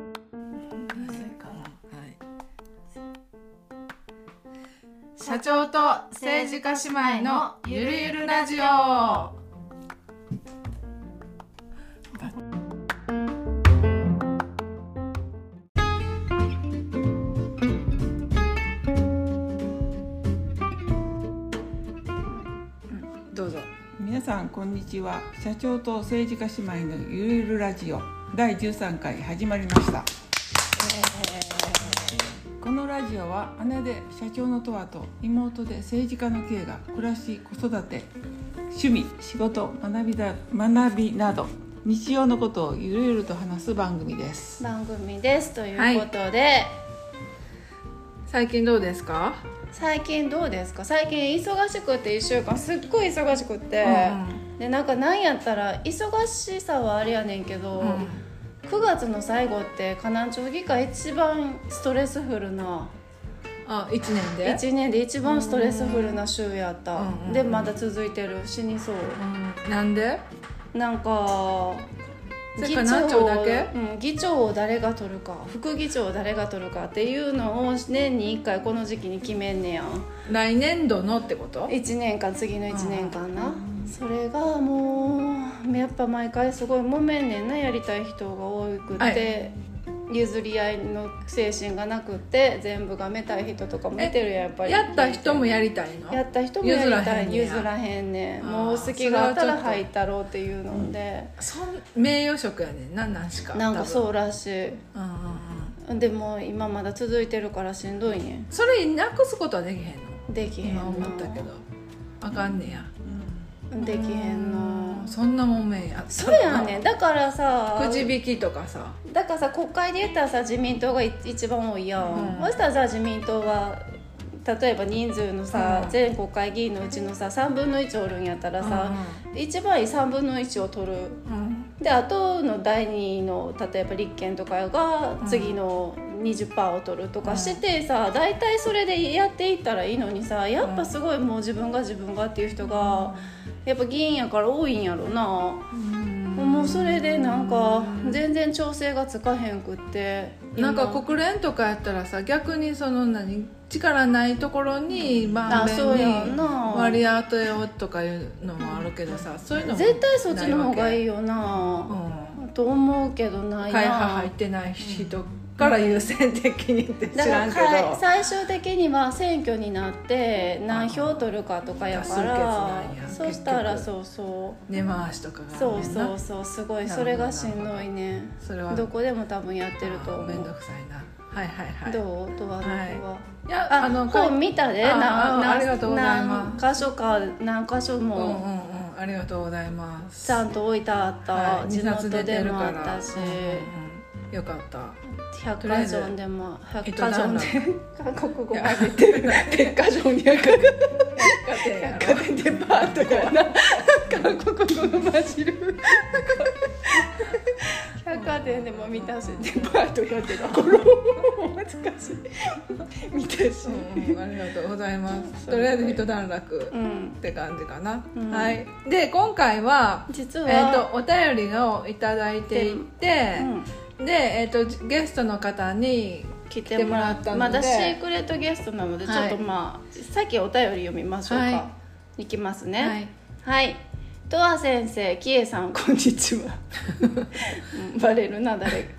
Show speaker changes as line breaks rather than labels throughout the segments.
はい、社長と政治家姉妹のゆるゆるラジオ。どうぞ。
皆さんこんにちは社長と政治家姉妹のゆるゆるラジオ第13回始まりました、このラジオは姉で社長のとわと妹で政治家のけいが暮らし子育て趣味仕事学びだ学びなど日常のことをゆるゆると話す番組です
番組ですということで、
最近どうですか？
最近どうですか最近忙しくて1週間すっごい忙しくて、
う
でなんかなんやったら忙しさはあれやねんけど、
うん
9月の最後って河南町議会一番ストレスフルな
あ、一年で。
1年で一番ストレスフルな週やった、
うんうんうん
でまだ続いてる死にそう
うんなんで？
なんか
それか南町だけ
うん、議長を誰が取るか副議長を誰が取るかっていうのを年に1回この時期に決めんねやん
来年度のってこと？
1年間次の1年間なそれがもうやっぱ毎回すごい揉めんねんなやりたい人が多くて、
は
譲り合いの精神がなくて全部がめたい人とかもいてるやんやっぱり
やった人もやりたいの。
やった人もやりたい
譲
譲
ら
らへんねん
あー
もう隙があったら入ったろうっていうので、
そん名誉職やねんな何しか
なんか
う、
そうらしい
うんうんうん、
でも今まだ続いてるからしんどいね
それなくすことはできへんの
できへん
今
の
思ったけどあかんねや
できへんの
そんなもんめんや
そうやねんだからさ
くじ引きとかさ
だからさ国会で言ったらさ自民党がい一番多いやん、
うん
そしたらじゃあ自民党は例えば人数のさ、
うん
全国会議員のうちのさ3分の1おるんやったらさ、一番いい3分の1を取る
うんうん
であとの第2の例えば立憲とかが次の20%を取るとかしててさ大体それでやっていったらいいのにさやっぱすごいもう自分が自分がっていう人がやっぱ議員やから多いんやろな。
うん
もうそれでなんか全然調整がつかへんくって
なんか
こ
国連とかやったらさ逆にその何力ないところにま
あ
んべ
そうんやん
に
な
割り当てようとかいうのもあるけどさそういうのも
絶対そっちの方がいい
よ、
よ
う
な、
ん、
と思うけどないな
会派入ってない人から優先的にって知
だから
らんけ
かい
ど
最終的には選挙になって何票取るかとかやか
あ多
ら
数決なんや
そうしたら
結
そうそう
根回しとかがあん
そ
ね
うん
な
そうそうすごいそれがしんどいね
それは
どこでも多分やってると思
めんど
う
くさいなはいはいはい
どうとはどこは、
いやあ
あ
の
本見たで
あ
な
あ
な
ありがとうございます
何箇所か何箇
う
所
んうんう
も
んありがとうございます
ちゃんと置いてあった、
はい
地
自
元
殺出て
で
る
も
か
あ
ら
ったし、
うんうんうんよかった
百科条でも
え
百
ずえっと
科条で、韓国語が出て
る
百科条に百科
家庭やろ
でデパートやな韓国語が混じる百貨店でも見たしデパートやってた頃も懐かしい見たし
うんうんありがとうございますとりあえず一段落
うん
って感じかな
うん
はいで今回は
実は、
えっとお便りをいただいていて
うん
で、えー、とゲストの方に
来
てもらったので
まだシークレットゲストなので、
はい
ちょっとまあさっきお便り読みましょうか、、
はい
きま
「
す
は
ね
い、
はいとわ先生きえさんこんにち はうんバレるな誰か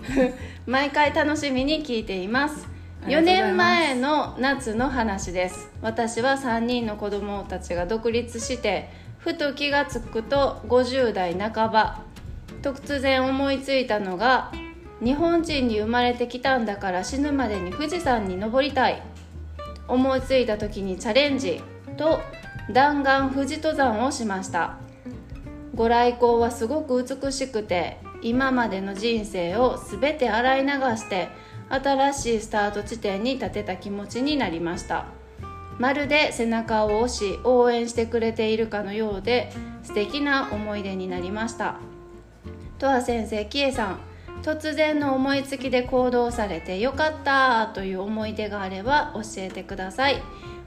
毎回楽しみに聞いています
ありがと
4
うございます
年前の夏の話です私は3人の子供たちが独立してふと気が付くと50代半ば突然思いついたのが日本人に生まれてきたんだから死ぬまでに富士山に登りたい思いついた時にチャレンジと弾丸富士登山をしましたご来光はすごく美しくて今までの人生を全て洗い流して新しいスタート地点に立てた気持ちになりましたまるで背中を押し応援してくれているかのようで素敵な思い出になりましたとわ先生きえさん突然の思いつきで行動されてよかったという思い出があれば教えてください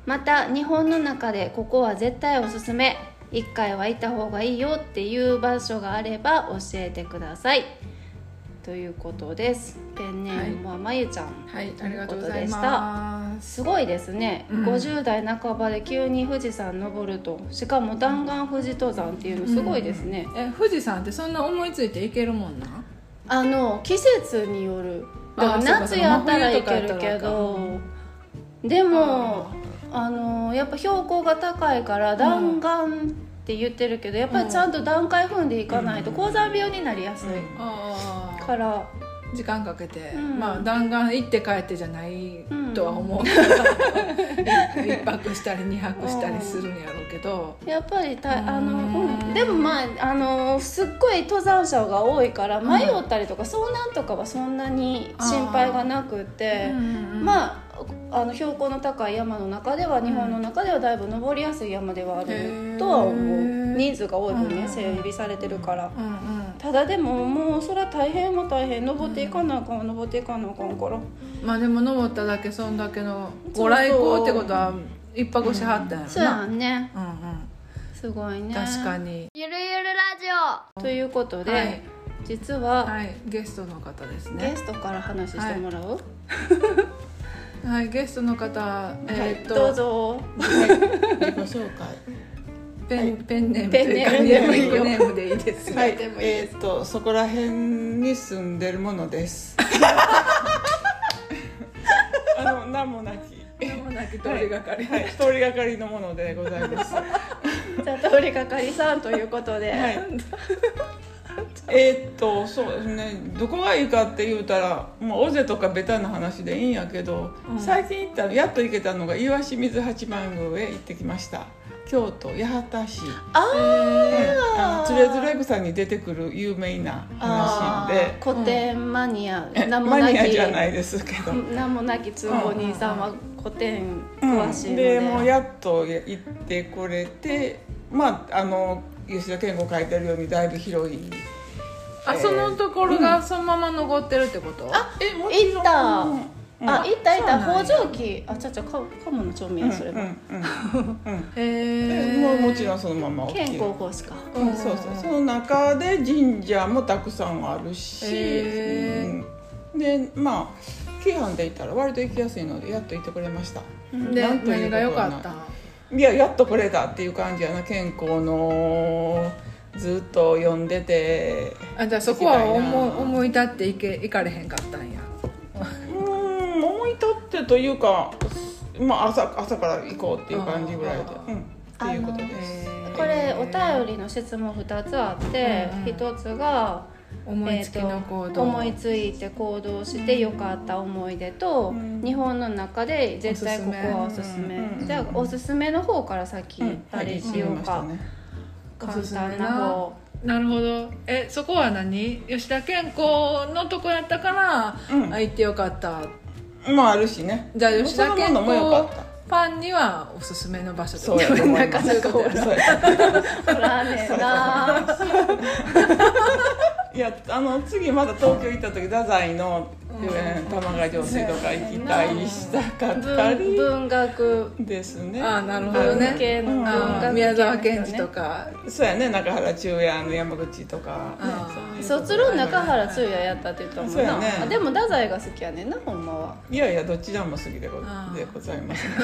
また日本の中でここは絶対おすすめ1回は行った方がいいよっていう場所があれば教えてくださいということですペンネームはまゆちゃん、
はい、ありがとうございます。
すごいですね、
うん
50代半ばで急に富士山登るとしかも弾丸富士登山っていうのすごいですね、
え、富士山ってそんな思いついて行けるもんな。
あの季節によるだから
あー
夏
そうか
やったらいけるけ
真冬とかやったら
ど
あ
でもあのやっぱ標高が高いから弾丸って言ってるけど、やっぱりちゃんと段階踏んでいかないと高山病になりやすい、
ああ、
から
時間かけて、
うん
まあ弾丸行って帰ってじゃないとは思う。 一泊したり二泊したりするんやろうけど。
やっぱりたあの、
うん
うんでもまああのすっごい登山者が多いから
ん
迷ったりとか遭難とかはそんなに心配がなくて。
あ、
まあ、あの標高の高い山の中では日本の中ではだいぶ登りやすい山ではあると
へ
は思う
ー
人数が多い分ね
うん
整備されてるから
うんうん。
ただでももうそれは大変も大変登っていかなあかん登っていかなあかんから
まあでも登っただけそんだけのご来光ってことは一泊しはったんやろ
そうや
な。
んね
うん
すごい
うん。
ね
確かに。
ゆるゆるラジオということで、
はい
実は
はい、ゲストの方ですね
ゲ。ストから話してもらう、
はい、ゲストの方、えーっと、
どうぞ
自己紹介
ペン、ペンネームと
ペン
いう
ネ
か、
ーム
ペンネームペンネームでいいです。
はい、えっ、とそこら辺に住んでるものです あの何もなき
名もなき通りがかり。
はい通りがかりのものでございますは
じゃあ通りかかりさんということで、
い えっとそうですねどこがいいかって言うたらもう尾瀬とかベタな話でいいんやけど、最近行ったやっと行けたのが岩清水八幡宮へ行ってきました京都八幡市あのつれづれ草に出てくる有名な話で
あー古典マニア、
え
名もな
マニア
き
じゃないですけど、
名もなき通行人さんは古典
うん
詳しいので,、
でもうやっと行ってこれてまああの吉田健吾書いてるようにだいぶ広い
あ、そのところがそのまま残ってるってこと。あ、
えも
ちろん行った
うんうん
あ行った行った
そうなん
北
や
条記あちゃちゃか鴨の町名
うん
やそれ
うんう
も、
ん うん
え
で
ー、
もうもちろんそのまま大
健
きい
康法師か
うんそうそうその中で神社もたくさんあるし、
へー
うんでまあ京阪で行ったら割と行きやすいのでやっと行ってくれました
で、
なんと
何
いうことはない
が良かった。
いややっとこれだっていう感じやな健康のずっと読んでて
あ、じゃあ、そこは
行きたい
思い、
な
思い立っていけ、行かれへんかったんや。
うん思い立ってというか、まあ、朝朝から行こうっていう感じぐらいで、
あー
うん、っていうことです。
これお便りの質問2つあって、
うんうん
一1つが
思いつきの行
えー
動。
と思いついて行動して良かった思い出と、
うん
日本の中で絶対ここはおすすめ
おすすめ
じゃあおすすめの方から先行ったりしようか、
うんはい行きました
簡
ね
単な方
なるほどえそこは何吉田健康のとこやったから、
うん
あ行ってよかった
まああるしね。
じゃあ吉田
そ
健
のものもよ
康
かった。
ファンにはおすすめの場所
そうやと思います。
なかなかほら
そうや
ほらねんな
いやあの次まだ東京行った時太宰の、えー玉川上水とか行きたいしたかった
文
り
文学
ですね。
ああなるほど
文
ね
系の
うん
文
あ
学系
ー
の
宮沢賢治とか、
そうやね中原中也の山口とか、ね
あー
そういうとこ
卒論中原通也やったって言ったもん
そう
な、
やね
あでも太宰が好きやねんなほんまはい
やいやどっちらも好きでご
あー
でございますの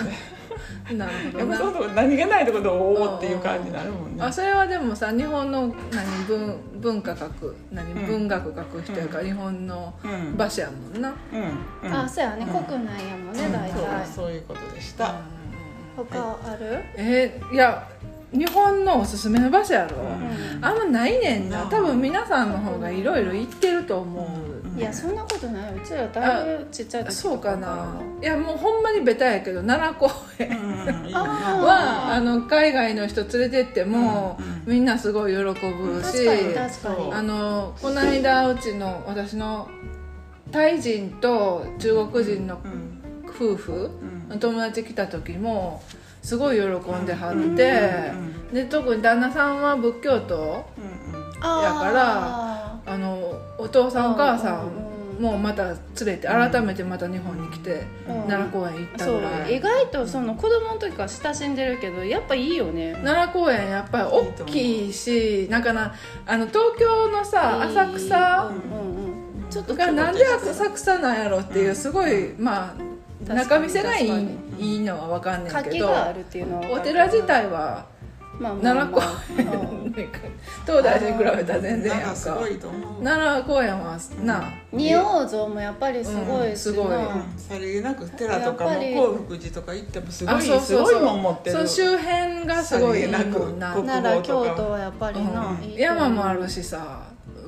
で
なるほ
や
ど
っぱ
な
そういうとこ何気ないところでおおっていう感じになるもんね
あそれはでもさ日本の何文文化学何、
うん
文学学というか、日本の
うん
場所やもんな、
うんうん
あそうやね、
うん
国内やもんね大
そう
体、
そういうことでした
他ある、
えーいや日本のおすすめの場所やろ、
うん
あんまないねんな
な
多分皆さんの方がいろいろ行ってると思う、
うん
いやそんなことないうちらだいぶちっちゃい時
そう
と
からないやもうほんまにベタやけど奈良公園
うんいい
あ
な
ー
はあの海外の人連れてっても、みんなすごい喜ぶ
確
し、
かに確かに
あのこの間うちの私のタイ人と中国人の
うん
夫婦
うん
の友達来た時もすごい喜んではって、
うん
で特に旦那さんは仏教徒
うん
あー
やからあのお父さんお母さん
うんうんうん
もうまた連れて改めてまた日本に来て、
うん
奈良公園行った
そ
ぐ
う
ら
意
い、
外とその子供の時から親しんでるけどやっぱいいよね
奈良公園やっぱり大きいしなんかなあの東京のさ浅草
うんうん
ちょっとがなんで浅草なんやろっていうすごい、まあ
確か
中
に
見せがいい
確か
いいのは分かんねん
活
け
気
ど
があるっていうのは
お寺自体は奈良公
園
園なんか東大寺に比べたら全然やん
なんかす
か
ごいと思う
奈良公園はなあ
仁王像もやっぱりすごいっな
うんすごい
うんさりげなく寺とかも
やっぱり
興福寺とか行ってもすご
あ
い
そう
す
そう
ご
そ
いも
うん
持ってる
そう周辺がすごいいいもんな
さりげなく
奈良京都はやっぱりな、
うん
いいと思う
山もあるしさ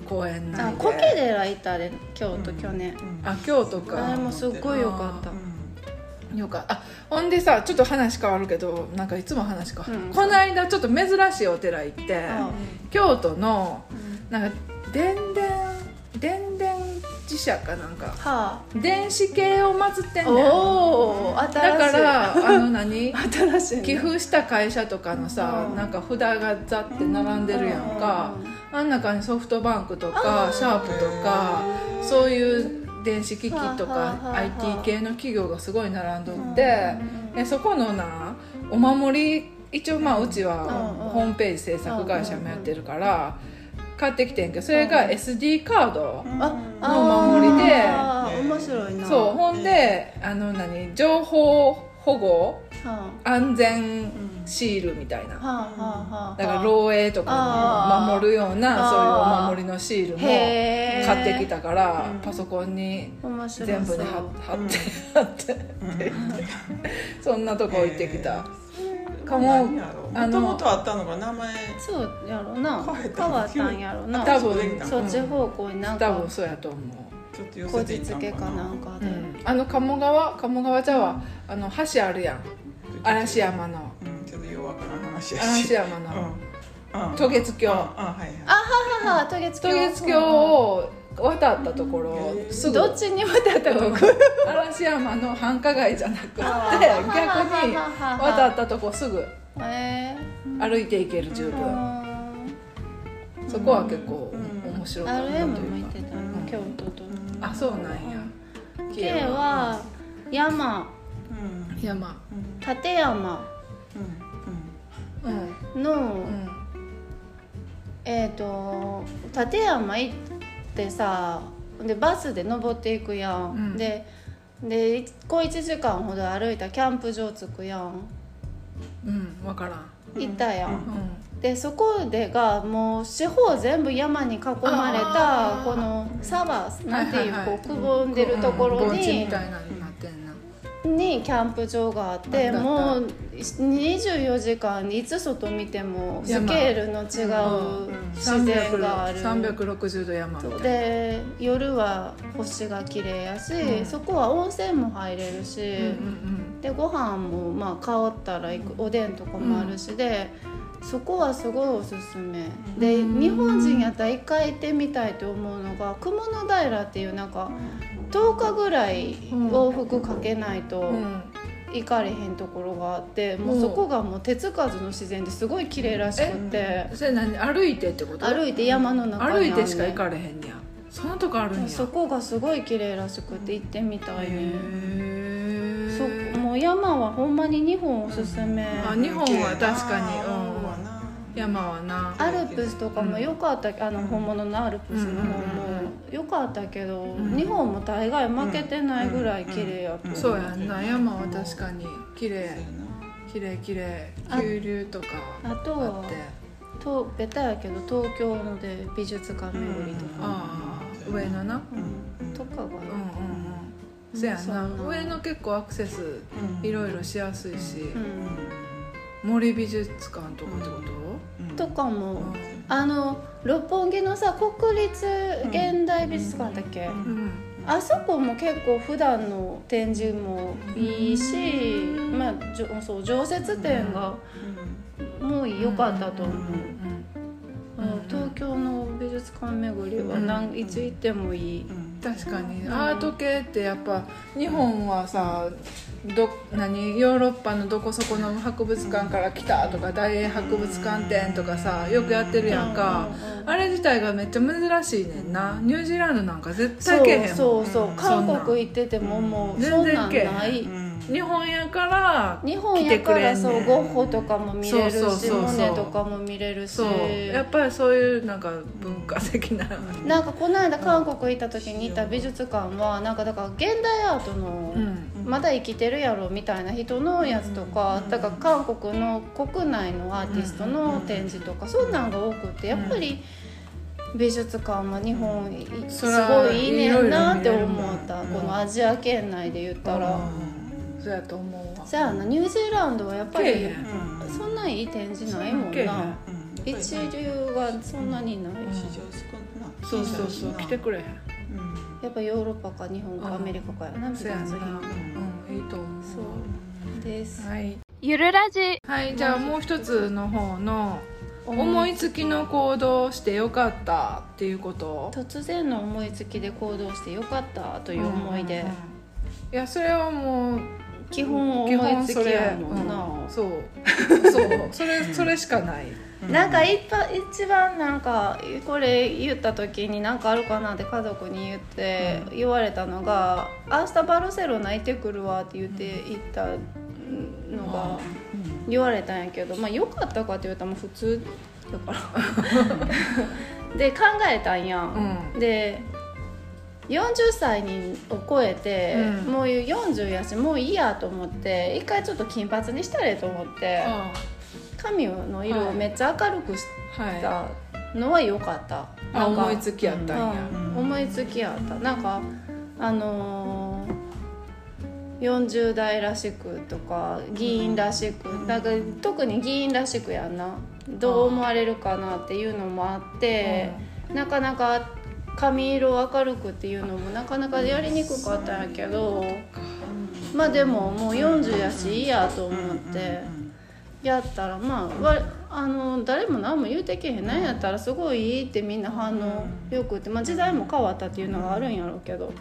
公園な
あ
んで
苔寺行ったで京都、
うん
去年
うん
あ京都か
あれもすっごいよかった
う
よかあほんでさちょっと話変わるけどなんかいつも話か、
うん
この間ちょっと珍しいお寺行って、京都のなんか電電電電寺社かなんか
は
電子系を祀って
あ
んねん
おお新しい
だからあの何
新しいね
寄付した会社とかのさ、
うん
なんか札がザって並んでるやんか、
うん
あん中にソフトバンクとかシャープとかそういう電子機器と
はあはあは
か
あ
IT 系の企業がすごい並んどって、でそこのなお守り一応まあうちは
うんうん
ホームページ制作会社もやってるから買ってきてんけどそれが SD カード、
ん
あ
うん
あ
のお守りで
あー面白いな
そうほんであの何情報保護
は
安全シールみたいな
あ、はあはあはあ
だから漏洩とか
あ
に
ー
守るような
あー
そういうお守りのシールも買
へー
ってきたから
うん
パソコンに
面白
全部で貼っ貼って貼って そんなとこ行ってきたかもあ
も
の
ともとあったのが名前
そうそうやろな
変えた
変わったんやろな
多
そうでき
分
た
そっち方向になん
多
か
分そうやと思
ちょっと寄
こ
せてい
じ
った
つ
の
けか
か
な
なん
か
う、う
で、
ん、あの鴨川鴨川じゃわあの橋あるやん嵐山の
うんちょっと弱かな話やし
嵐山
う
の
んうん
渡月
うん
橋
うんはいはい
母は渡月橋
渡月橋を渡ったところ
うん
すぐ
どっちにも渡ったとこ
嵐山の繁華街じゃなくて
あ
逆に渡ったとこすぐ
え
歩いていける十
ー、
分
あ
そこは結構
うん
面白
ー
かったとい
RM も
う
行
か
ってた
う
の
ん
京都と
あそうなんや
K は山
うんうん
山
うん
立山
うん
うん
の、
うん
えっ、と立山行ってさでバスで登っていくやん、
うん
ででい小1時間ほど歩いたキャンプ場着くやん
うん分からん
うん
行ったやん、
うん
う
でそこでがもう四方全部山に囲まれ
あ
た
ー
この沢なんていう,、
はいはいはい
こうくぼんでるとこ
うん
ろ
盆地
に
み、たいなのになってんな
にキャンプ場があって
あった
もう24時間いつ外見てもス
山
ケールの違う
うん
自然がある。
360度山み
そう
たい
で夜は星が綺麗やし、
うん
そこは温泉も入れるし、
なうん
でご飯もまあ香ったら行くおでんとかもあるしで、そこはすごいおすすめで
うん
日本人やったら一回行ってみたいと思うのが雲の平っていうなんか10日ぐらい往復かけない
うん
と
うんうん
行かれへんところがあっても
お
う
う
そこがもう手つかずの自然ですごい綺麗らしくて
それ何歩いてってこと
歩いて山の中にあん
歩
ねん
いてしか行かれへんねやそんなとこあるんや
そこがすごい綺麗らしくて行ってみたいね
へ
そ
え
もう山はほんまに日本おすすめ、
あ日本は確かに
うん
うん
そうやな
山はな
アルプスとかも良かった、あの
うん
本物のアルプスの方も良かったけど、日本も大概負けてないぐらい綺麗やと、
うん
そうやんな山は確かに綺
そう
麗
やな
綺麗綺麗
あ
急流とか
あと
あ
は
って
とベタやけど東京ので美術館巡りとか、
ああ上のな
うん
とかが、
うんうんうんそや
そん
な
な
上の結構アクセス
うん
いろいろしやすいし
う
うん
ん
森美術館とかってこと
うん
とかも、
う
あの六本木のさ国立現代美術館だっけ、
うん
ん
あそこも結構普段の展示もいいし、まあ、じょそう常設展が
うん
もう良かったと思う、
うん
うもう東京の美術館巡りはなんいつ行ってもいい、
確かにアート系ってやっぱ日本はさど何ヨーロッパのどこそこの博物館から来たとか大英博物館展とかさよくやってるやんかあれ自体がめっちゃ珍しいねんなニュージーランドなんか絶対
そう
けえへんもん
そうそう韓国行っててももうそんなんない
日本やから
日本やか
来てくれんね
ら
ん
そうゴッホとかも見れる
そうそうそ
し
うそう
モネとかも見れるし
そうやっぱりそういうなんか文化的な
なんかこの間韓国行った時に行った美術館はなんかだから現代アートの
うん
まだ生きてるやろみたいな人のやつとかだから韓国の国内のアーティストの展示とかそんなんが多くてやっぱり美術館は日本いす
そら
ごいいいねんなって
いろいろ
思
見れるもん
ったこのアジア圏内で言ったら
そうやと思うわ
じゃあなニュージーランドはやっぱ
けえへ
り
ん
そんないい展示ないもん
そんな
な一流がそんなにない
ん
し
そうそうそう来てくれへん
やっぱヨーロッパか日本かアメリカかやな美
そう
術
やん
品
なうんいいと思う
そうです
はい
ゆるラジ
はい、じゃあもう一つの方の思
思い
いつきの行動してよかったっていうこと
突然の思いつきで行動してよかったという思い
うん
で
うんうんいやそれはもう
基本思いつきやもんな、
うんそうそうそれそれしかない
なんか一番一番なんかこれ言った時に何かあるかなって家族に言って言われたのが「明日バルセロナ行ってくるわ」って言って行ったのが言われたんやけどまあよかったかって言ったらもう普通だか らで考えたんやん、で40歳にを超えて、
うん
もう40やしもういいやと思って一回ちょっと金髪にしたれと思って
あ
髪の色をめっちゃ明るくし
あはい
たのは良かった、
あ
なんか
思いつきやったんや
うん思いつきやったなんかあのー40代らしくとか議員らしくなんか特に議員らしくやんなどう思われるかなっていうのもあってなかなか髪色明るくっていうのもなかなかやりにくかったんやけどまあでももう40やしいいやと思ってやったらまあわあの誰も何も言うてけへんなんやったらすごいいいってみんな反応よくって、まあ、時代も変わったっていうのがあるんやろうけど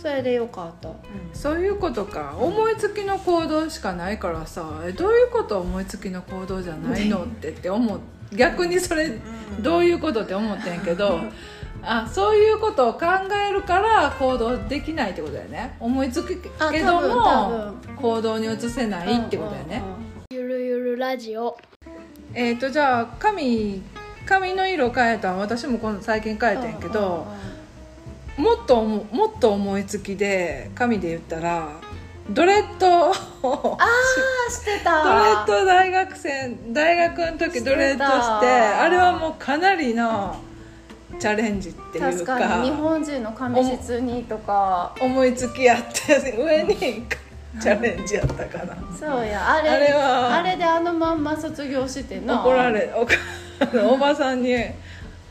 それでよかった
そういうことか思いつきの行動しかないからさえどういうこと思いつきの行動じゃないのってって思う逆にそれどういうことって思ってんけどあそういうことを考えるから行動できないってことだよね思いつく
あ
けど
多
も
分
行動に移せないってことだよね、
うんうんうん
ゆるゆるラジオ
えっ、とじゃあ髪髪の色変えたん私も今度最近変えてんけど、もっと思うもっと思いつきで神で言ったらドレッドを
あして
ドレッ
た
ド大学生大学の時ドレッドし
しててた
あれはもうかなりのチャレンジっていう
確
か
かに日本人の髪質にとか
思いつきやって上にチャレンジやったかな
そうやあれ
あれは
あれであのまんま卒業してな
怒られおか あのおばさんに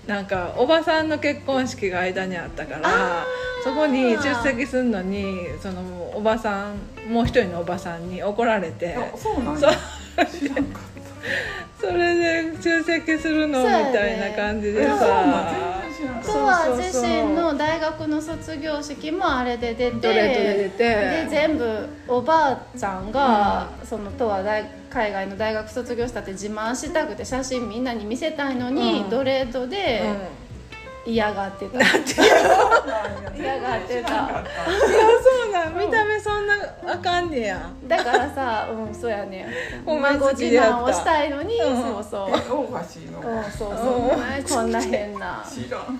なんかおばさんの結婚式が間にあったからそこに出席するのにそのおばさんもう一人のおばさんに怒られて
そうなん
そ
や
うそれで出席するのみ
そうやね
たいな感じで
そうなん
さ
全然知らんかっ
とわ
そうそう
自
そう
身の大学の卒業式もあれで出て
ドレッドで出て
で全部おばあちゃんが、そのとは大海外の大学卒業したって自慢したくて写真みんなに見せたいのに、
うん
ドレッドで
うん
嫌がってた、嫌がってた
いやそうなん見た目そんなあかんねや
だからさ うんそうやね
思いつき
孫自
でやった
慢をしたいのに、
うん
そうそう、
たおかしいの
うん、そう
うん
そうこんな変な
知らん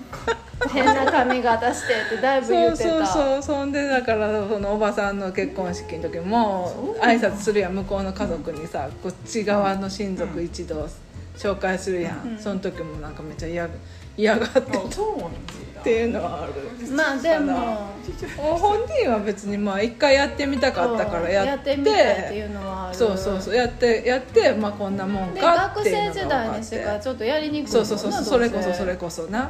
変な髪型してってだいぶ言
そ
っ
う
てた
そうそうそんでだからそのおばさんの結婚式の時も挨拶するやん向こうの家族にさこっち側の親族一同紹介するやん、その時もなんかめっちゃ嫌が嫌がってたっ
そうなんだ
ていうのはある
まあでも
本人は別にまあ一回やってみたかったからやって,、
みたいっていうのはある
そうそうそうやってやってまあこんなもん
で
か
学
っていう
生
のが分
時
か
代
っ
にしててからちょっとやりにくいもんな
そうそうそう
どせ
それこそそれこそな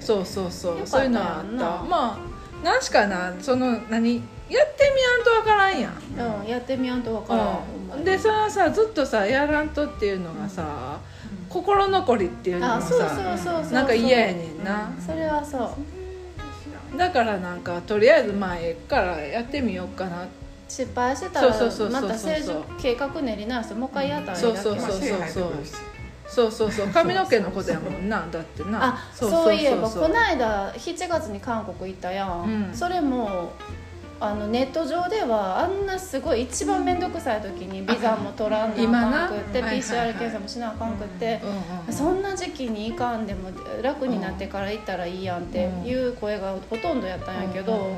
そうそうそ
よか
う
った
そういうのはあった
やんな
まあ何しかなその何やってみやんとわからんやん
うんやってみやんとわからん、ほんま
うん、
に
でそれはさずっとさやらんとっていうのがさ、心残りっていうの
あ
も
そうそう
さ
そうそう
なんか嫌やねんな
それはそう
だからなんかとりあえずまあええからやってみようかな
失敗してたら
そうそうそうそう
また正常計画練り直してもう一回やったらいいだけや
そう
まあ
そうそう
精入ってくるし
そうそうそう髪の毛のことやもん なだってな
あそういえばこの間7月に韓国行ったやん、
うん
それもあのネット上ではあんなすごい一番面倒くさい時にビザも取らなあかんくって
今なはいはい
PCR
はい
検査もしなあかんくって、
うんうんうん
そんな時期に行かんでも楽になってから行ったらいいやんっていう声がほとんどやったんやけど、
うんうんうん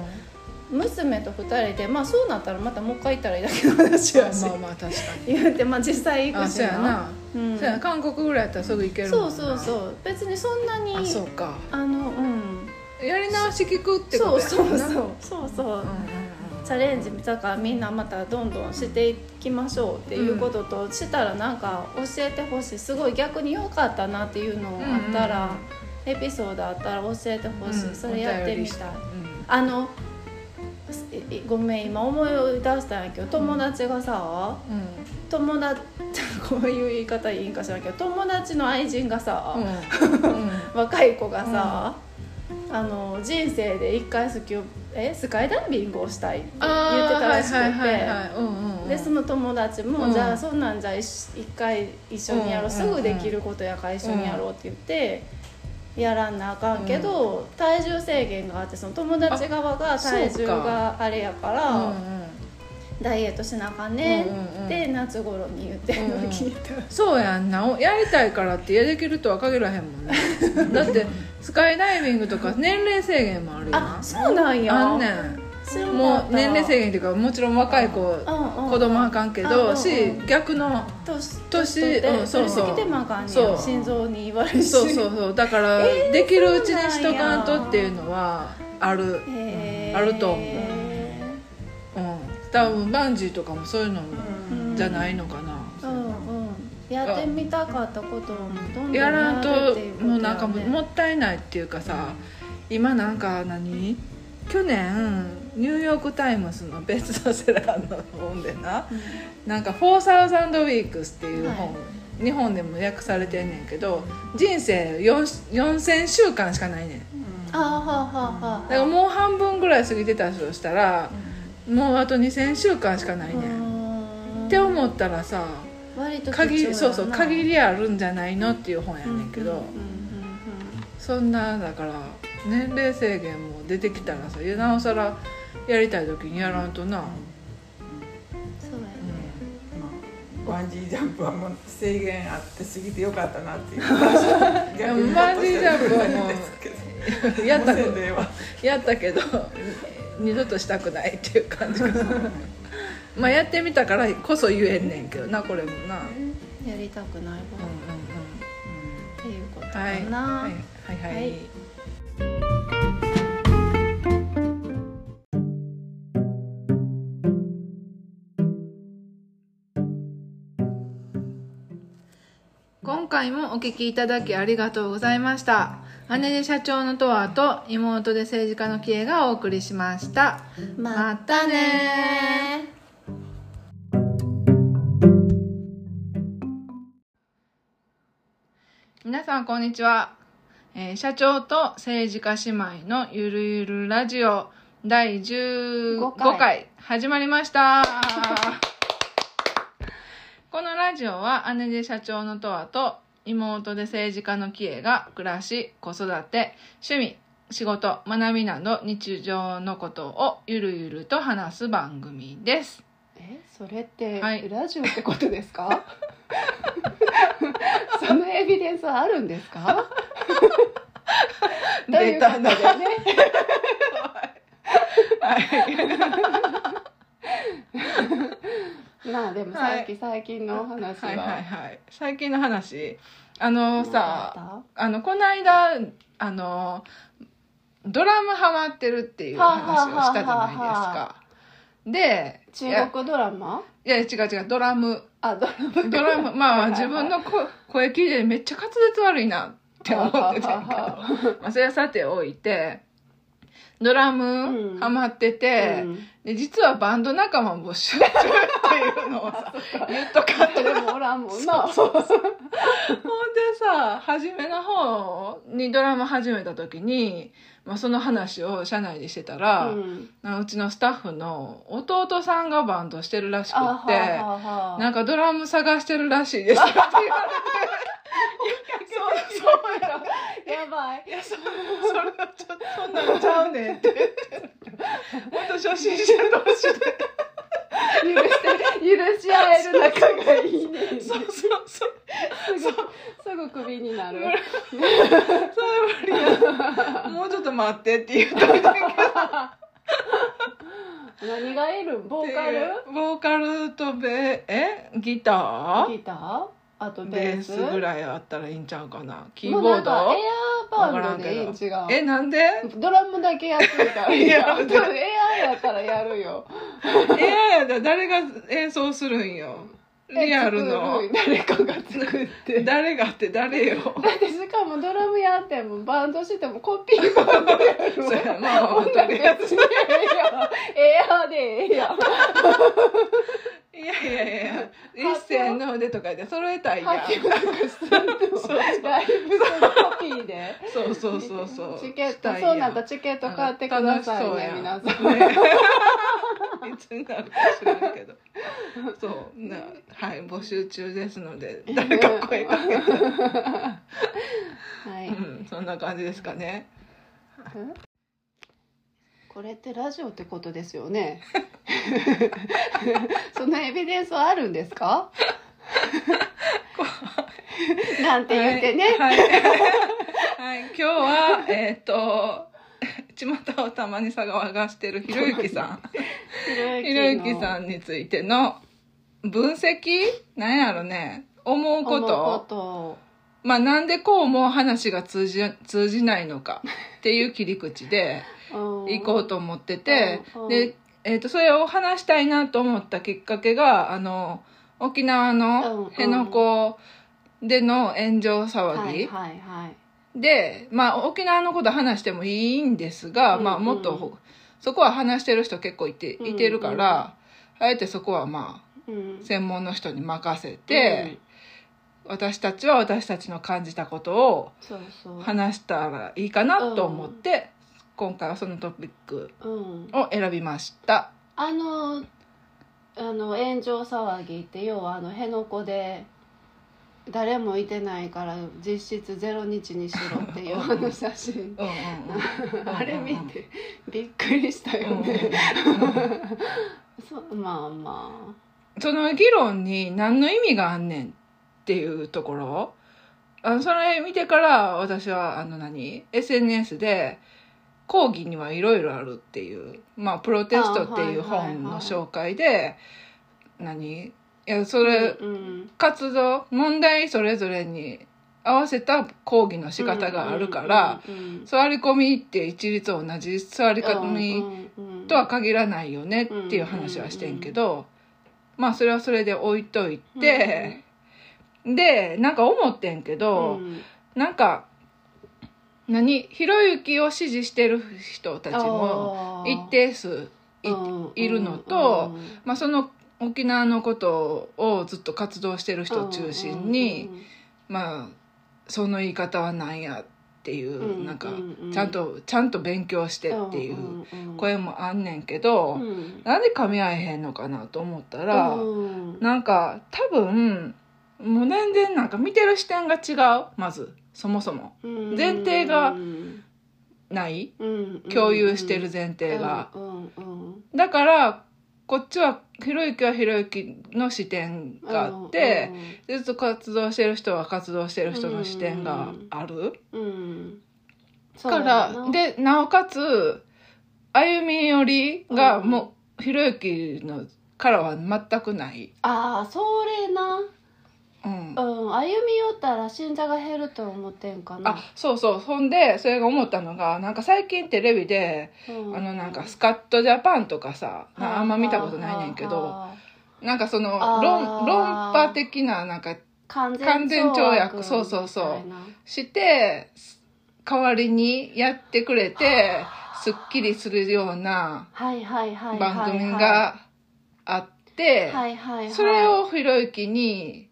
娘と2人でまあそうなったらまたもう一回行ったらいいだけの話やし、
まあまあ確か
言うてまあ実際
に
行く
あ
し
そうやな、
うん
そうやな韓国ぐらいやったらすぐ行けるも
そ
ん
う
な
そう
う
そう別にそんなに
あそうか
あのうん
やり直し聞くってこ
そ
とや
うそうそう
う
そうそう、
んうん
チャレンジだからみんなまたどんどんしていきましょうっていうことと、したらなんか教えてほしいすごい逆に良かったなっていうのあったら、エピソードあったら教えてほしい、
うん
それやってみたい
うんうん
あのすいごめん今思い出したんやけど友達がさ、友達 こういう言い方いいんかしらんけど友達の愛人がさ、
うんうん
若い子がさ、あの人生で一回スキュえスカイダイビングをしたいって言ってたらしくて、
あーはいはいはいはいうんうん
でその友達も、
うん
じゃあそんなんじゃ一一回一緒にやろう、
うん
すぐできることやから一緒にやろうって言って。やらんなあかんけど、体重制限があってその友達側が体重があれやから
うんうん
ダイエットしなあかんね
うんうん
って夏頃に言ってるのを聞いた、
そうやんなおやりたいからってやできるとは限らへんもん ねだってスカイダイビングとか年齢制限もあるよ
あ
な
そうなんや
あんねん
知らなかった
もう年齢制限っていうかもちろん若い子
うんうん
子供はあかんけ
うんうんう
ど
ん
し逆の
年
年
取って
うんそうそう
取り過ぎてもあかんね
そ
や
う
心臓に言われるし
そうそうそうだからできるうちにしとかん
そうなん
と
や
っていうのはある
へー
あると思ううん多分バンジーとかもそういうの
うん
じゃないのかな
うんうんやってみたかったことをどんどん
やらん
やるっ
と
ていことやね
もうなんかもったいないっていうかさ今なんか何去年ニューヨーク・タイムズのベストセラーの本でな「なんか4000ウィークス」っていう本、
は
日本でも訳されてんねんけど人生4 4000週間しかないねん
あーはあはあはあ
だからもう半分ぐらい過ぎてたとしたら、もうあと2000週間しかないねん、
うーん
って思ったらさ
割と貴重や
限
な
そうそう限りあるんじゃないのっていう本やねんけど、
うんうんうん
そんなだから年齢制限も出てきたらさなおさらやりたい時にやらんとな、
そうやね
まあバンジージャンプはもう制限あって過ぎてよかった なっていう
いやバンジージャンプはもう
う
やった
せんでええわ
やったけど二度としたくないっていう感じが まあやってみたからこそ言えんねんけどなこれもな、うんうん
やりたくないことっていうこ
うん、
と
は
か
い
な、
はいはいはい、
はい
今回もお聞きいただきありがとうございました姉で社長のトアと妹で政治家のキエがお送りしました
ま
たね皆さんこんにちは、えー社長と政治家姉妹のゆるゆるラジオ第15回
5回
始まりました このラジオは姉で社長のとわと妹で政治家のキエが暮らし子育て趣味仕事学びなど日常のことをゆるゆると話す番組です
えそれって、
はい
ラジオってことですか そのエビデンスはあるんで すかということでね まあでも最近、最近のお話は,、
はいはいはい最近の話あのさ
あ
あのこの間あのドラムハマってるっていう話をしたじゃないです
はあはあはあは
か。で
中国ドラマ
いやいや違う違うドラ ム
あドラマ
ドラムまあま
は
あ
いはい
自分の声声聞いてめっちゃ滑舌悪いなって思ってたんやけど
はあはあは
まあそれはさておいてドラ
うん
ムハマってて、
うん
で実はバンド仲間募集中っていうのを さ言っとかって
でもおらんもんな。
ほんでさ初めの方にドラマ始めた時に、まあ、その話を社内でしてたら、
う
うんうちのスタッフの弟さんがバンドしてるらしく
あは
って
あはあはあ
なんかドラム探してるらしいですって言われてそうそうや
やばい。
いやそそれはちょっとそんなんちゃうねんってもっと初心者同士で
許して、許し合える仲がいいねんね。す
そうそうそう
ぐ、すぐクビになる。
そうやもうちょっと待ってって言ったんだけど
何がいるんボーカル
ボーカルとベえギター
ギターあとベ
ベ
ー
ー
ス
スぐらいあったらいいんちゃうかなキー
もう
ボー
なんか
ド
エアーバンドでいいん違う
え なんでエ
ドラムだけやってるから いいやんエアーやったらやる よ
アーやったら誰が演奏するんよリアルの
え作る誰かが作って だ
誰がって誰よ
ってしかもドラムやってもバンドしてもコピーバンドやる
そうやな
音楽やつねエアーでえ えやん
いやいやいや一線の腕とかで揃えたいやん
発表なんかしてんのライブそのコピーで
そうそうそうそう
チケッ
した
ト
いやん
そうなったらチケット買ってくださいね
うん
皆
楽
さん
しそうやんね いつになるか知らんけどそうなはい募集中ですので誰か声かけて、
は
う
い
ん、そんな感じですかね
これってラジオってことですよね そのエビデンスはあるんで すかなんて言ってね、
はい、はいはい今日はえっ、と 巷をたまに騒がしてるひろゆきさ んひろゆきさ
ん
んについての分析なんやろね思うこと
こと
まあなんでこうも話が通じ通じないのかっていう切り口 で
うん
行こうと思ってて
うんうん
で、えー、とそれを話したいなと思ったきっかけがあの沖縄
うんうん
の辺野古での炎上騒ぎ
はいはいはい
で、まあ、沖縄のこと話してもいいんですが、
うん
まあ、もっとほそこは話してる人結構いていてるから、あえてそこはまあ
うん
専門の人に任せて、私たちは私たちの感じたことを
そうそう
話したらいいかなと思って、今回はそのトピック
うん
を選びました。
あのあの炎上騒ぎって要はあの辺野古で誰もいてないから実質ゼロ日にしろっていうあの 写真
うんうんうん
あれ見てびっくりしたよ
うんうん
ね、
うん
そうまあま
その議論に何の意味があんねんっていうところあのそれ見てから私はあの何 SNS で抗議にはいろいろあるっていう、まあ、プロテストっていう
あはいはいはい
本の紹介で何いやそ
あ
れ
うん
活動問題それぞれに合わせた抗議の仕方があるから
うんうんうんうん
座り込みって一律同じ座り込み
うんうんうん
とは限らないよねっていう話はしてんけど、まあそれはそれで置いといて、でなんか思ってんけど、
うん
なんか何ひろゆきを支持してる人たちも
あー
一定数い,、
うん
いるのと、
うん
まあ、その沖縄のことをずっと活動してる人を中心に、まあその言い方はなんやっていうう、
ん
なんか
うんうん
ちゃんとちゃんと勉強してってい
ん
う
うんうん
声もあんねんけど。
うん
なんで噛み合えへんのかなと思ったら、
うん
なんか多分もう全然なんか見てる視点が違うまずそもそも
うん
前提が
うん
ない
うん
共有してる前提が、
うんうん
だからこっちはひろゆきはひろゆきの視点があって、ずっと活動してる人は活動してる人の視点がある、
うんうんそう
か
やな
らでなおかつ歩み寄りがもうひろゆきのからは全くない。
ああそれな
うん
うん歩み寄ったら信者が減ると思ってんかな
あそうそうそんでそれが思ったのがなんか最近テレビで、
うん
あのなんかスカットジャパンとかさ、なあんま見たことないねんけ
はあは
ど
あはあ
なんかその
あー
論論破的ななんか
完
完全跳躍そうそうそう
みたいな
して代わりにやってくれてすっきりするような
はいはいはいはいはい
番組があって、
はいはいはい
それをひろゆきに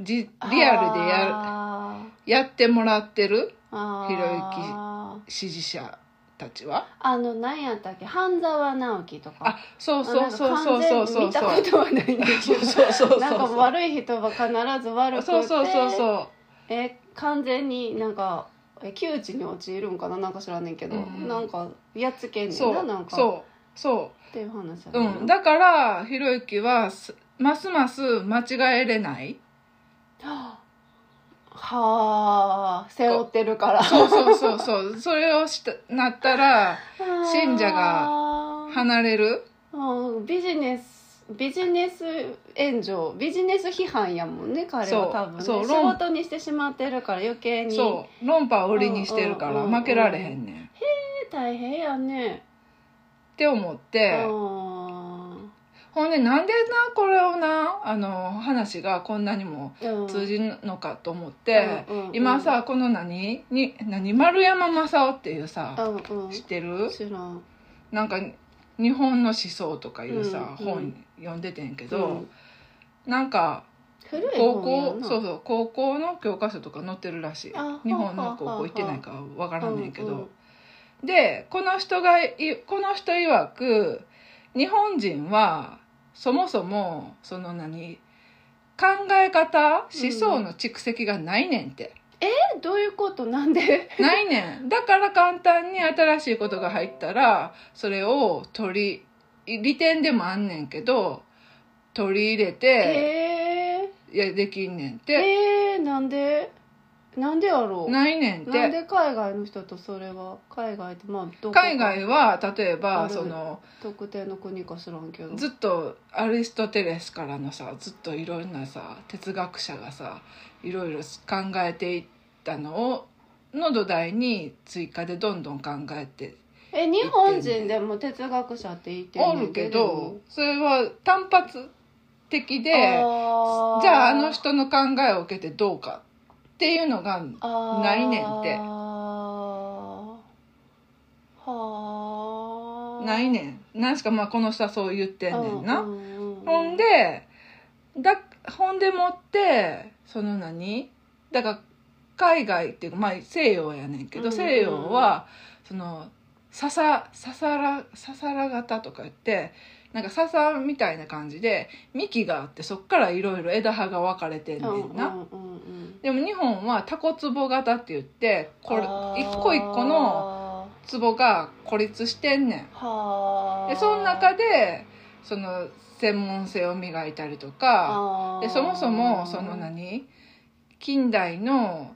じリアルでや
あ
やってもらってる
ーあー
ひろゆ支持者たちは
あの何やったっけ半沢直樹と
あ
か
そうそうそうそうそうそうそう
あなんか完全に見たことはないんだけど
そうそうそうそう
なんか悪い人は必ず悪くて
そうそうそうそう
え完全になんかえ窮地に陥るんかななんか知らんねんけど、
うん
なんかやっつけんね
そ
んな
う
なんか
そうそ
っていう話や
う、
ね
うん、だからひろゆきはすますます間違えれない
はあ背負ってるから
そうそうそうそうそれをしたなったら信者が
あー
離れる
うんビジネスビジネス援助ビジネス批判やもんね彼は
そう
多分ね
そう
仕事にしてしまってるから余計に
そう論破を売りにしてるか
うんうん
ら
うんうん
負けられへんねんっ
え大変やね
て思っ
う
て
ん
ほんでなんでなこれをなあの話がこんなにも
うん
通じるのかと思って、
うんうんうん
今さこの何に何丸山正夫っていう
う
さ、
んうん
知ってる
知らん
なんか日本の思想とかいうさ、
うんうん
本読んでてんけ
う
ど
ん、
なんか
古い
高
本
校
やな
そうそう高校の教科書とか載ってるらしい
あ
日本
はあは
の
あ
高校行ってないからわからんねんけど、
うんうん
でこの人がいこの人曰く日本人はそもそもその何考え方思想の蓄積がないねんって、
えどういうことなんで
ないねんだから簡単に新しいことが入ったらそれを取り利点でもあんねんけど取り入れて、
え
いやできんねんっ
ー、
て、
えー、なんでなんでやろうな
ないねんって
んで海外の人とそれは海外ってまあどこか
海外は例え
あ
ば
る
その
特定の国か知らんけど
ずっとアリストテレスからのさずっといろんなさ哲学者がさいろいろ考えていったのをの土台に追加でどんどん考えて
え日本人でも哲学者って言って
お
んね
る
ん
け
でも
どそれは単発的でじ
あー
ゃああの人の考えを受けてどうかっていうのが
あー
ないねんって
はあ
ないねん。なんしかまあこの人はそう言ってんねんな。
ううんうん
ほんで、だ、ほんでもって、その何だから、海外っていうか、まあ西洋やねんけど、
うんうん
西洋は、その、笹、笹ら、笹ら型とか言って、なんか笹みたいな感じで、幹があって、そっからいろいろ枝葉が分かれてんねんな。
うんうんうん
でも日本はタコツボ型って言って、これ、
あー
一個一個の壺が孤立してんねん。
はあ
でその中でその専門性を磨いたりとか
あー
でそもそもその何近代の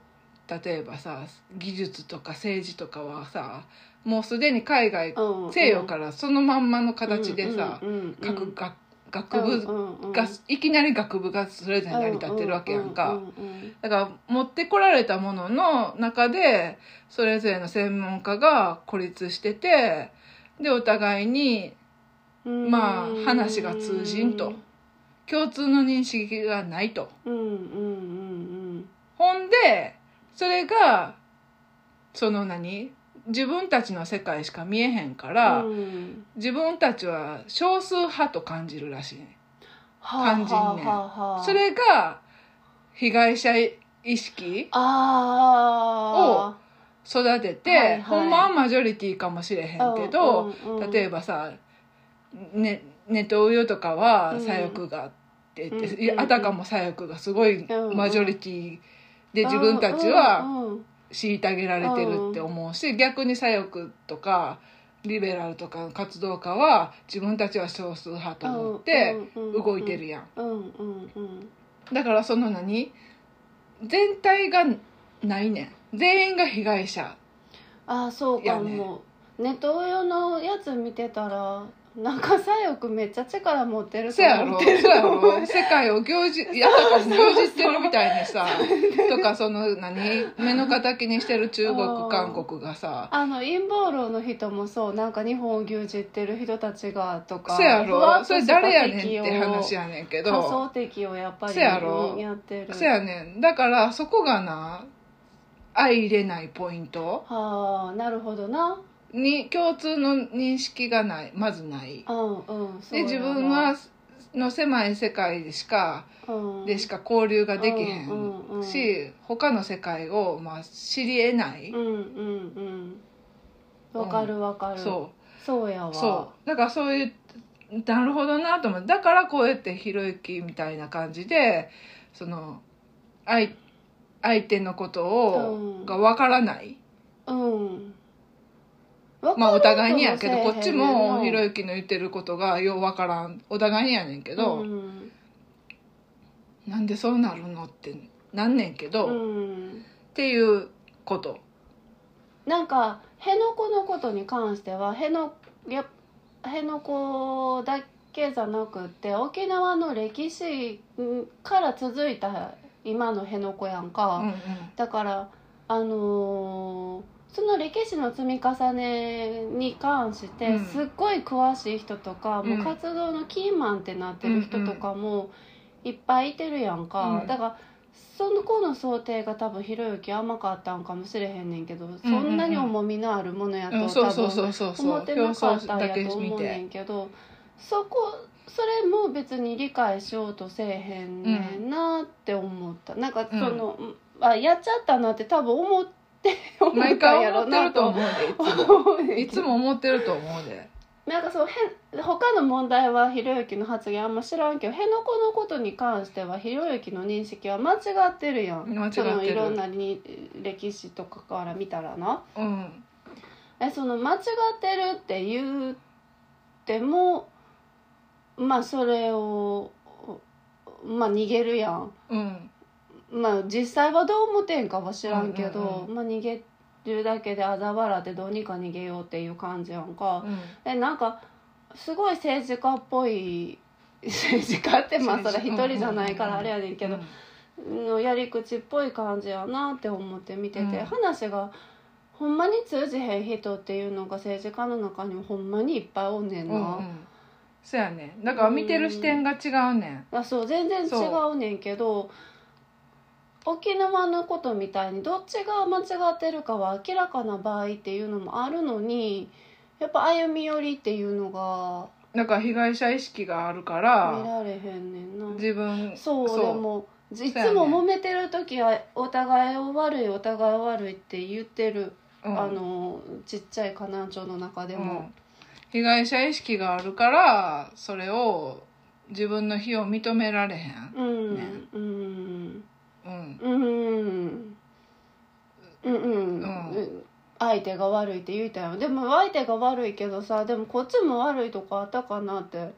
例えばさ技術とか政治とかはさもうすでに海外
うんうん
西洋からそのまんまの形でさ
うんうんうん
学学学部
部
がいきなり学部がそれぞれ成り立ってるわけやん
う
か
ううんうん
だから持ってこられたものの中でそれぞれの専門家が孤立しててでお互いに
うん
まあ話が通じんと共通の認識がないと
うんうんうん
ほんでそれがその何自分たちの世界しか見えへんか
う
ら、
んうん
自分たちは少数派と感じるらしいね
はあ
感じんねん
はあはあ
それが被害者意識
ああ
育てて、
はいはい
ほんまはマジョリティかもしれへんけど、例え
ば
ばさ、ね、ネトウヨとかは
うん
左翼があって言って、
うんうんうん
あたかも左翼がすごい
うんうん
マジョリティで自分たちは虐げられてるって思うし逆に左翼とかリベラルとかの活動家は自分たちは少数派と思って動いてるやん。
うんうんうん
だからその何全体がないねん全員が被害者
ああそうか
いや
もネトウヨのやつ見てたらなんか左翼めっちゃ力持ってると
そうや
思
ろ
っ
そ
てる
うやろ世界を行事やったかも行事してるみたいにさとかその何目の敵にしてる中
あー
国韓国がさ
あの陰謀論の人もそうなんか日本を牛耳ってる人たちがとか
そうや
ふわ
ろ
っ
そ
と
れ
した
誰やねん
敵を
って話やねんけ
仮想
ど
敵をやっぱり
そうやろ
うんやってる
そうやねんだからそこがな相入れないポイント
はあなるほどな
に共通の認識がないまずない
うんうんそう
で
やな
自分はの狭い世界でしか
うん
でしか交流ができへ
うんうんうん
んし他の世界をまあ知り得ない
うんうんうんわかるわかる、
そう
そうやわ
そうだからそういうなるほどなと思ってだからこうやってひろゆきみたいな感じでその相相手のことを、
うん
がわからない
うんわか
まあお互いにやけ
る
ど
と
こ
せ
っち
えへんねんな
もひろゆきの言ってることがようわからんお互いにやねんけど、
うん
なんでそうなるのってなんねんけど、
う
っ
ん
ていうこと
なんか辺野古のことに関しては辺野や辺野古だけじゃなくって沖縄の歴史から続いた今の辺野古やんか、
うんうん
だからあのーその歴史の積み重ねに関して、
うん
すっごい詳しい人とか、
う
も
ん
う活動のキーマンってなってる人とかもいっぱいいてるやんか、
うん
だからその子の想定が多分ひろゆき甘かったんかもしれへんねんけど、そんなに重みのあるものやと、
うん
多
そう
分
そうそうそうそ
思
う
ってなかったん
だけ
やと
見
思うね
て
んけどそこそれも別に理解しようとせえへんねんなって思った、なんかその、あやっちゃったなって多分思って思っ
毎
たん
回
や
思
ろ
って
な
ると
と
思うでいつも
思
いつも思
う ねんけど
ってると思うで。
なんかそう変他の問題はひろゆきの発言あんま知らんけど辺野古のことに関してはひろゆきの認識は間違ってるやん
間違って
そ
る
のいろんなに歴史とかから見たらな
うん。
えその間違ってるって言ってもまあそれをまあ逃げるやん
うん。
まあ実際はどう思ってんかは知らんけど、
うんうん
まあ逃げるだけであざ笑ってどうにか逃げようっていう感じやんか、
うん。
えなんかすごい政治家っぽい政治家ってまあそれ一人じゃないからあれやねんけど、のやり口っぽい感じやなって思って見てて、
うん
話がほんまに通じへん人っていうのが政治家の中にもほんまにいっぱいおんねん
う
な、
ん。うん。そうやね。だから見てる視点が違うねん。
あそう全然違うねんけど沖縄のことみたいにどっちが間違ってるかは明らかな場合っていうのもあるのにやっぱ歩み寄りっていうのが
だから被害者意識があるか
見
ら、
られへんねんな。
自分、
そう
そう
でもい
そうや
つ
ね
も揉めてる時はお互いを悪いお互いを悪いって言ってる、
うん
あのちっちゃい河南町の中で
う
も
ん、被害者意識があるから、それを自分の非を認められへん。
うん、
ね
うん
うん。
うんうんうんうん
うん
相手が悪いって言うたよでも相手が悪いけどさでもこっちも悪いとこあったかなって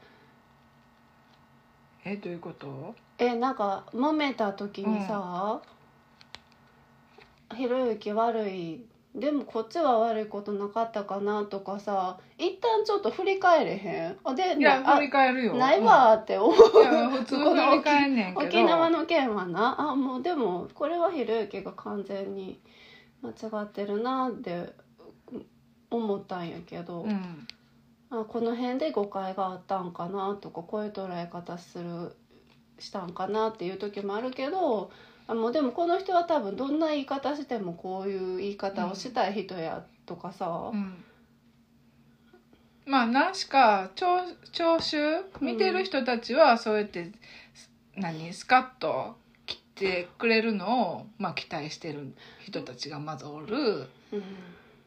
え、どういうこと
えなんか揉めた時にさ、ひろゆき悪いでもこっちは悪いことなかったかなとかさ一旦ちょっと振り返れへんあで
いや、
あ
振り返るよ。
ないわーって思う、
うん。いや、普通振り返んねんけど。
沖縄の件はなあもうでもこれはひろゆきが完全に間違ってるなって思ったんやけど、
うん。
あこの辺で誤解があったんかなとかこういう捉え方するしたんかなっていう時もあるけどあもうでもこの人は多分どんな言い方してもこういう言い方をしたい人やとかさ、
うんまあ何しか聴聴衆見てる人たちはそうやって、何スカッと切ってくれるのを、まあ、期待してる人たちがまずおる
うん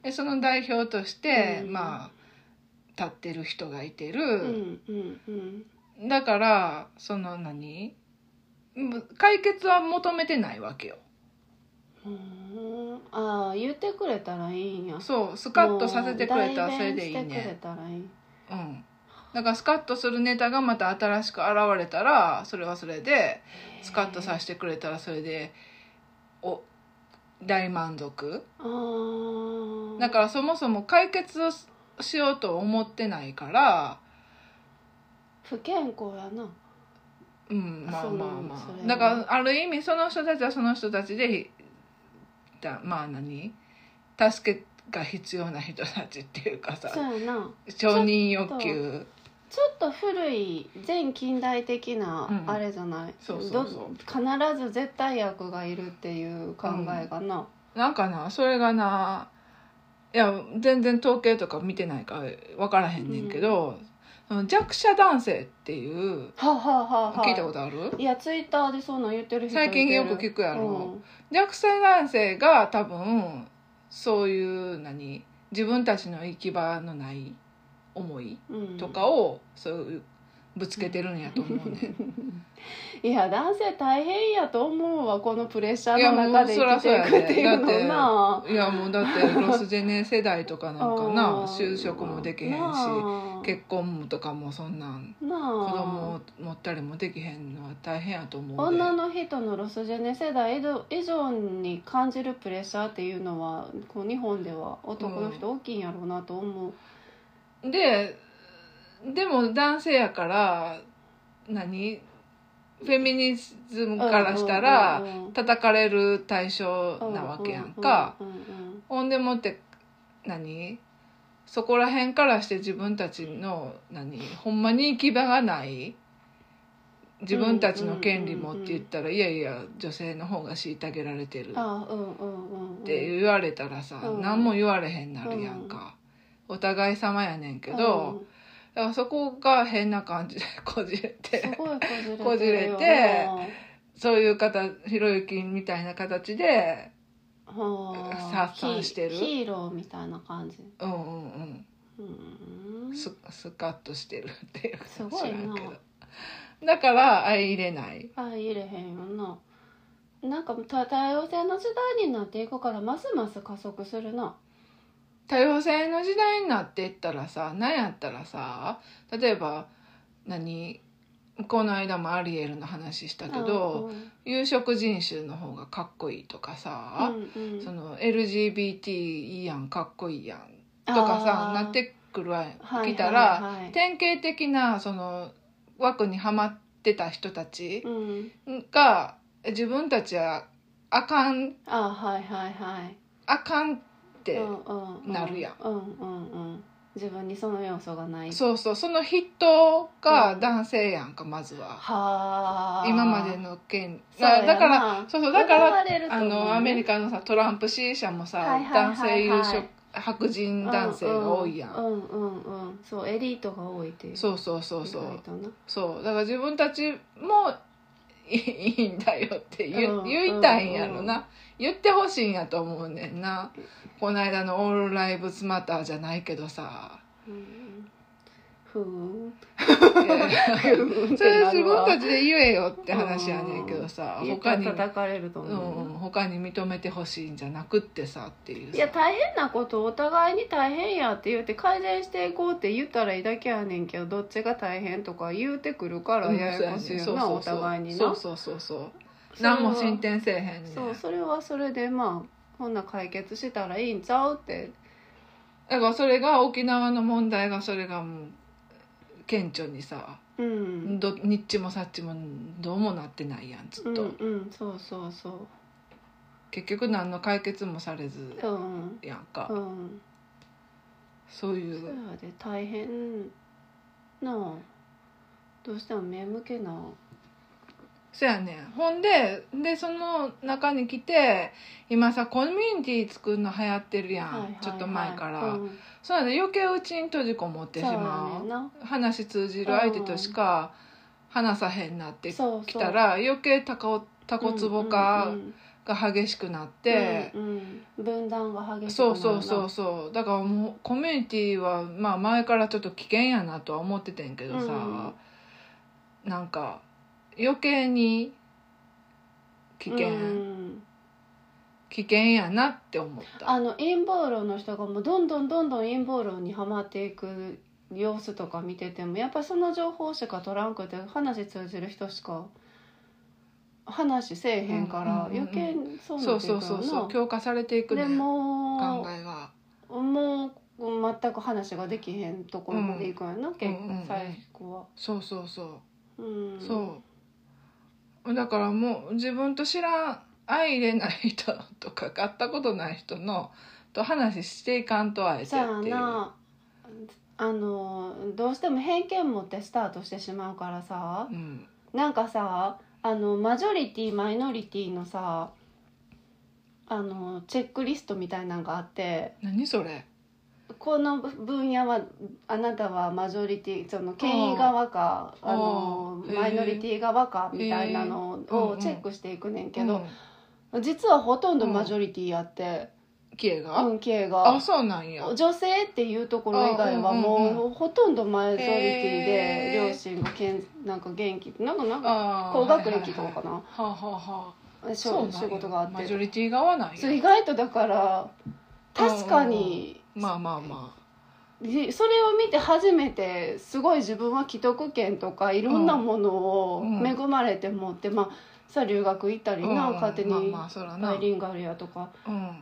でその代表として、
うん
まあ立ってる人がいて
う
る、
んうんうん
だからその何む解決は求めてないわけよ
うんああ言ってくれたらいいんや
そうスカッとさせてくれたら
もう
それでいいね
代弁してくれたらいい
うん、だからスカッとするネタがまた新しく現れたらそれはそれでスカッとさせてくれたらそれでお大満足
あー
だからそもそも解決をしようと思ってないから
不健康やな
うんまあ
そう
まあま
それ
あだからある意味その人たちはその人たちでだまあ何助けが必要な人たちっていうかさ
そうやな
承認欲求
ちょっと古い前近代的な
うん
あれじゃない、
そうそうそう
ど必ず絶対役がいるっていう考えがな、
なんかなそれがないや全然統計とか見てないから分からへんねんけど、その弱者男性っていう
はあ、はあはあはあ、
聞いたことある
いやツイッターでそんなん言ってる人
最近よく聞くやろ弱者男性が多分そういう何自分たちの行き場のない思い
うんうん
とかをそういうぶつけてるんやと思うねん
いや男性大変やと思うわこのプレッシ
い
ャー
や
の
も
中
う
で
そ
生
ら
き
そう
てい
や
くって
ね
いうの
だ
な
っていやもうだってロスジェネ世代とかなんか
あ
な
ー
就職もできへんし
なあ
結婚とかもそんなん
なあ
子供を持ったりもできへんのは大変やと思うで
女の人のロスジェネ世代以上に感じるプレッシャーっていうのはこう日本では男の人大きいんやろうなと思う、
ででも男性やから何フェミニズムからした
うん
ら
うんうんうん
叩かれる対象なわけやんか、
うんうんうん
ほんでもって何そこら辺からして自分たちの何ほんまに行き場がない自分たちの権利もって言ったら、いやいや女性の方が虐げられてる
うんあうんうんうんうん
って言われたらさ、
うん
何も言われへんなるやんか、お互い様やねんけど、
うん
だからそこが変な感じでこじれ
す
て
ごいこ
こ
じ
じ
れ
れ
て
てそういう方ひろゆきみたいな形で
さ
殺散してる
ヒーローみたいな感じ
うんうん
うん
うんススカッとしてるっていう
すごいな
だから相入れない
あ入れへんよななんか多多様性の時代になっていくからますます加速するな
多様性の時代になっていったらさ何やったらさ例えば何この間もアリエルの話したけど、有色人種の方がかっこいいとか
あ
さ
う、んうんうん
その LGBT いいやんかっこいいやんとかさ
あー
なってくるわ
はい
来たら
はいはい
典型的なその枠にはまってた人たち
うん、
が自分たちはあかん
あはいはいはい
あかんって、
うんうんうん
なるやん
うんうんうん自分にその要素がない
そうそうその筆頭が男性やんかまずは
はあ
今までの権
そうや
だ
な
だからそうそうだか
奪わ
ら
れると
あ
思うね
のアメリカのさトランプ支持者もさ、
はいはいはいはい
男性優秀白人男性が多いやん、
うんうんうんうんそうエリートが多いっていう
そうそうそうそう
意外とな
そうだから自分たちもいいいいんだよって言,、
うん
言いたいんやろな、
う
言ってほしいんやと思うねんなこの間の「オールライブズマター」じゃないけど さ
うんふーん
いやいや それ自分たちで言えよって話やねんけどさ
他
他
に
に、
叩かれる
う
と思う、
ん、他に認めてほしいんじゃなくってさっていう
いや
さ
大変なことお互いに大変やって言って改善していこうって言ったらいいだけやねんけどどっちが大変とか言うてくるから
うん
ややこしい
そう
よな
やね
お
んそうそうそう
互いにな
そうそうそうそう何も進展せえへんねん
そうそれはそれでまあこんな解決したらいいんちゃうって
だからそれが沖縄の問題がそれがもう顕著にさ
うん
どニッチもサッチもどうもなってないやんず
う
っ
ん
と、
うんそうそうそ
結局何の解決もされず
ううん
やんか、
うん
そういう
そうやで大変なあどうしても目向けな
そやねんほんででその中に来て今さコミュニティ作るの流行ってるやん、
はいはいはい
ちょっと前から、
うん
そうやね余計うちに閉じこもってし
そうや
ま
ね
うん
な
話通じる相手としか話さへんなってき
そうそう
たら余計タコタコツボ化
うんうんうん
が激しくなって、
うんうん分断が激しくな
そ
る
う
な
そうそうそうだからもうコミュニティはまあ前からちょっと危険やなとは思っててんけどさ、なんか余計に危険、
うん
危険やなって思った
あの陰謀論の人がもうどんどんどんどん陰謀論にはまっていく様子とか見ててもやっぱその情報しか取らんくて話通じる人しか話せえへんから、
うんうんうんうん
余計にそう
そ
な
う
っていく
そうそ
よな
うそう強化されていく
で
ね考
も
えが
もう全く話ができへんところまでいくんやな、結
うんうんう
構
ん
最後は、
そうそうそう
うん、
そうだからもう自分と知らん相入れない人とか買ったことない人のと話していかんとあえて
じゃあ
っていう
なあのどうしても偏見持ってスタートしてしまうからさ
うん
なんかさあのマジョリティマイノリティのさあのチェックリストみたいなのがあって
何それ
この分野はあなたはマジョリティその権威側か
あー
あの
あー
マイノリティ側か
へー
みたいなの
うんう
を
ん
チェックしていくねんけど、実はほとんどマジョリティやって
キエが、
運慶
あ
が
そうなんや
女性っていうところ以外は
あーうんうんうん
もうほとんどマイノリティで
へー
両親がけんなんか元気なんかなんか
あー
高学歴とかか
は
な
あはあは
仕
そうなんや
仕事があっ
マジョ
て
リティ側なん
そう意
や
外とだから確かに
まあまあま
でそれを見て初めてすごい自分は既得権とかいろんなものを
うん
恵まれて持って、まあさ留学行った
あ
りな、
うん
勝手
まあ
に
まあそらな
バイリンガルやとか
うん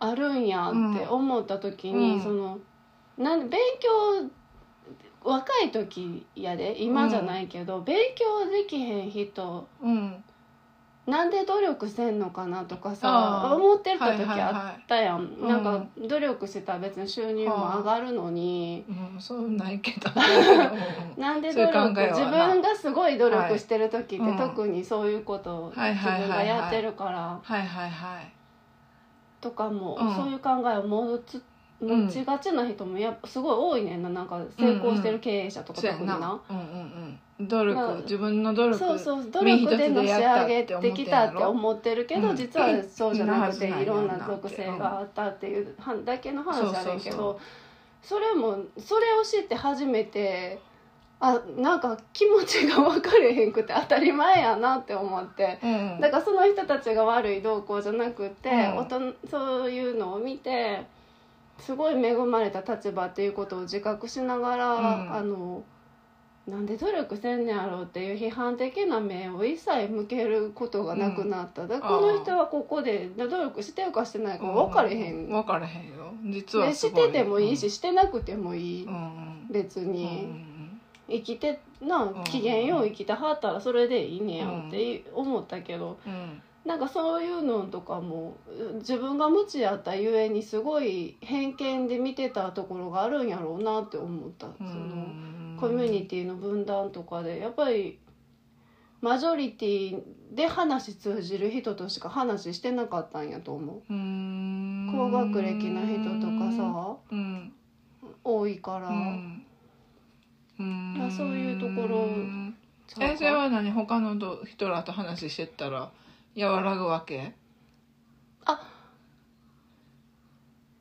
あるんやって思った時に、
うん
そのなん勉強若い時やで今じゃないけど、勉強できへん人
うん
なんで努力せんのかなとか
あ
さ
ー
思ってた
はい
時
はい
あっ
は
たやん、
うん
なんか努力してたら別に収入も上がるのに。
いうんそうないけどうん
なんで
そうい
努
う考えは
力
な
自分がすごい努
は
力
い
してる時って、
うん
特にそういうことを
はい
自
はいはいはい
分がやってるから、
はいはいはい
とかも、
うん
そういう考えを持つ
うん
持ちがちな人もやっぱすごい多いねんななんか成功してる経営者とか
そう
特
や
に
なうんうんうん努力、
まあ
自分の努力
そうそう努
身一
力で
つ
の
で
仕
やっ
上
た
げてきたって思ってるけど、
うん
実はそうじゃなくて
うん
いろんな
なはずなんやな
属性があったっていうはだけの話あるんやけ
そ
どそれもそれを知って初めてあなんか気持ちが分かれへんくて当たり前やなって思って。
うんうん
だからその人たちが悪い動向じゃなくて、
うん
おとそういうのを見てすごい恵まれた立場っていうことを自覚しながら、
うん
あのなんで努力せんねやろうっていう批判的な目を一切向けることがなくなった、だから
あ
こ
ー
の人はここで努力してるかしてないか分かれへん、
分かれへんよ実は
で
す
し
ごい
ててもいいし、、してなくてもいい、
うんうん
別
うん
に。
うん
生きてな、
ん
機嫌よう生きてはったらそれでいいねやって思ったけど、
うんうん
なんかそういうのとかも自分が無知やったゆえにすごい偏見で見てたところがあるんやろうなって思った、
う
その
ん
コミュニティの分断とかでやっぱりマジョリティで話通じる人としか話してなかったんやと思
う
う、
ん
高学歴の人とかさ
うん
多いから、
うんうん
あそういうところちゃうか
えそれは何他のど人らと話してったら和らぐわけ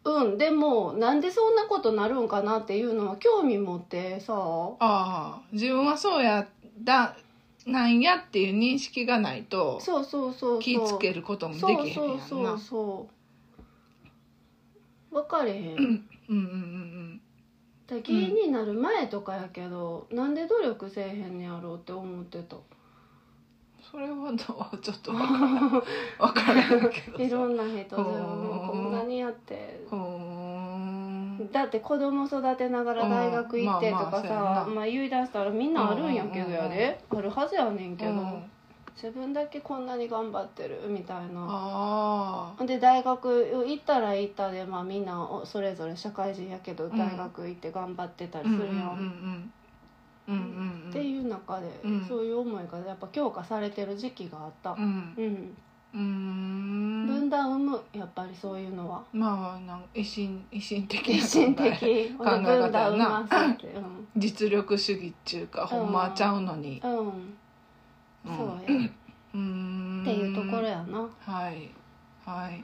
うんでもなんでそんなことなるんかなっていうのは興味持ってさ
ああ自分はそうやだなんやっていう認識がないと
そうそうそうそう
気つけることもできへんやんな
そうそうそうそう分かれへ
う
ん
んうんうん
だ芸になる前とかやけど、なんで努力せえへんねやろうって思ってた
それはどうちょっと分 からへん分からへんけどさ
いろんな人自分
ほ
も
う
こんなにやって
ほーん
だって子供育てながら大学行ってとか
うんまあまあそうや
さ、
な
まあ、言い出したらみんなあるんやけどやで、あるはずやねんけど、
うん
自分だけこんなに頑張ってるみたいな
ああ
で大学行ったら行ったで、まあ、みんなおそれぞれ社会人やけど
ん
大学行って頑張ってたり
うん
す
うん
る
う
やん、
んうんうんうん
っていう中で、
うん
そういう思いがやっぱ強化されてる時期があった
う、ん
うん
うーん
分断生むやっぱりそういうのは
まあなん維新維新的
精
な
神
考え
的
考え方やな
分断生ませってうん、
実力主義っちゅうかほんまちゃうのに
うん
うん
そうや、
うーん
っていうところやな
はいはい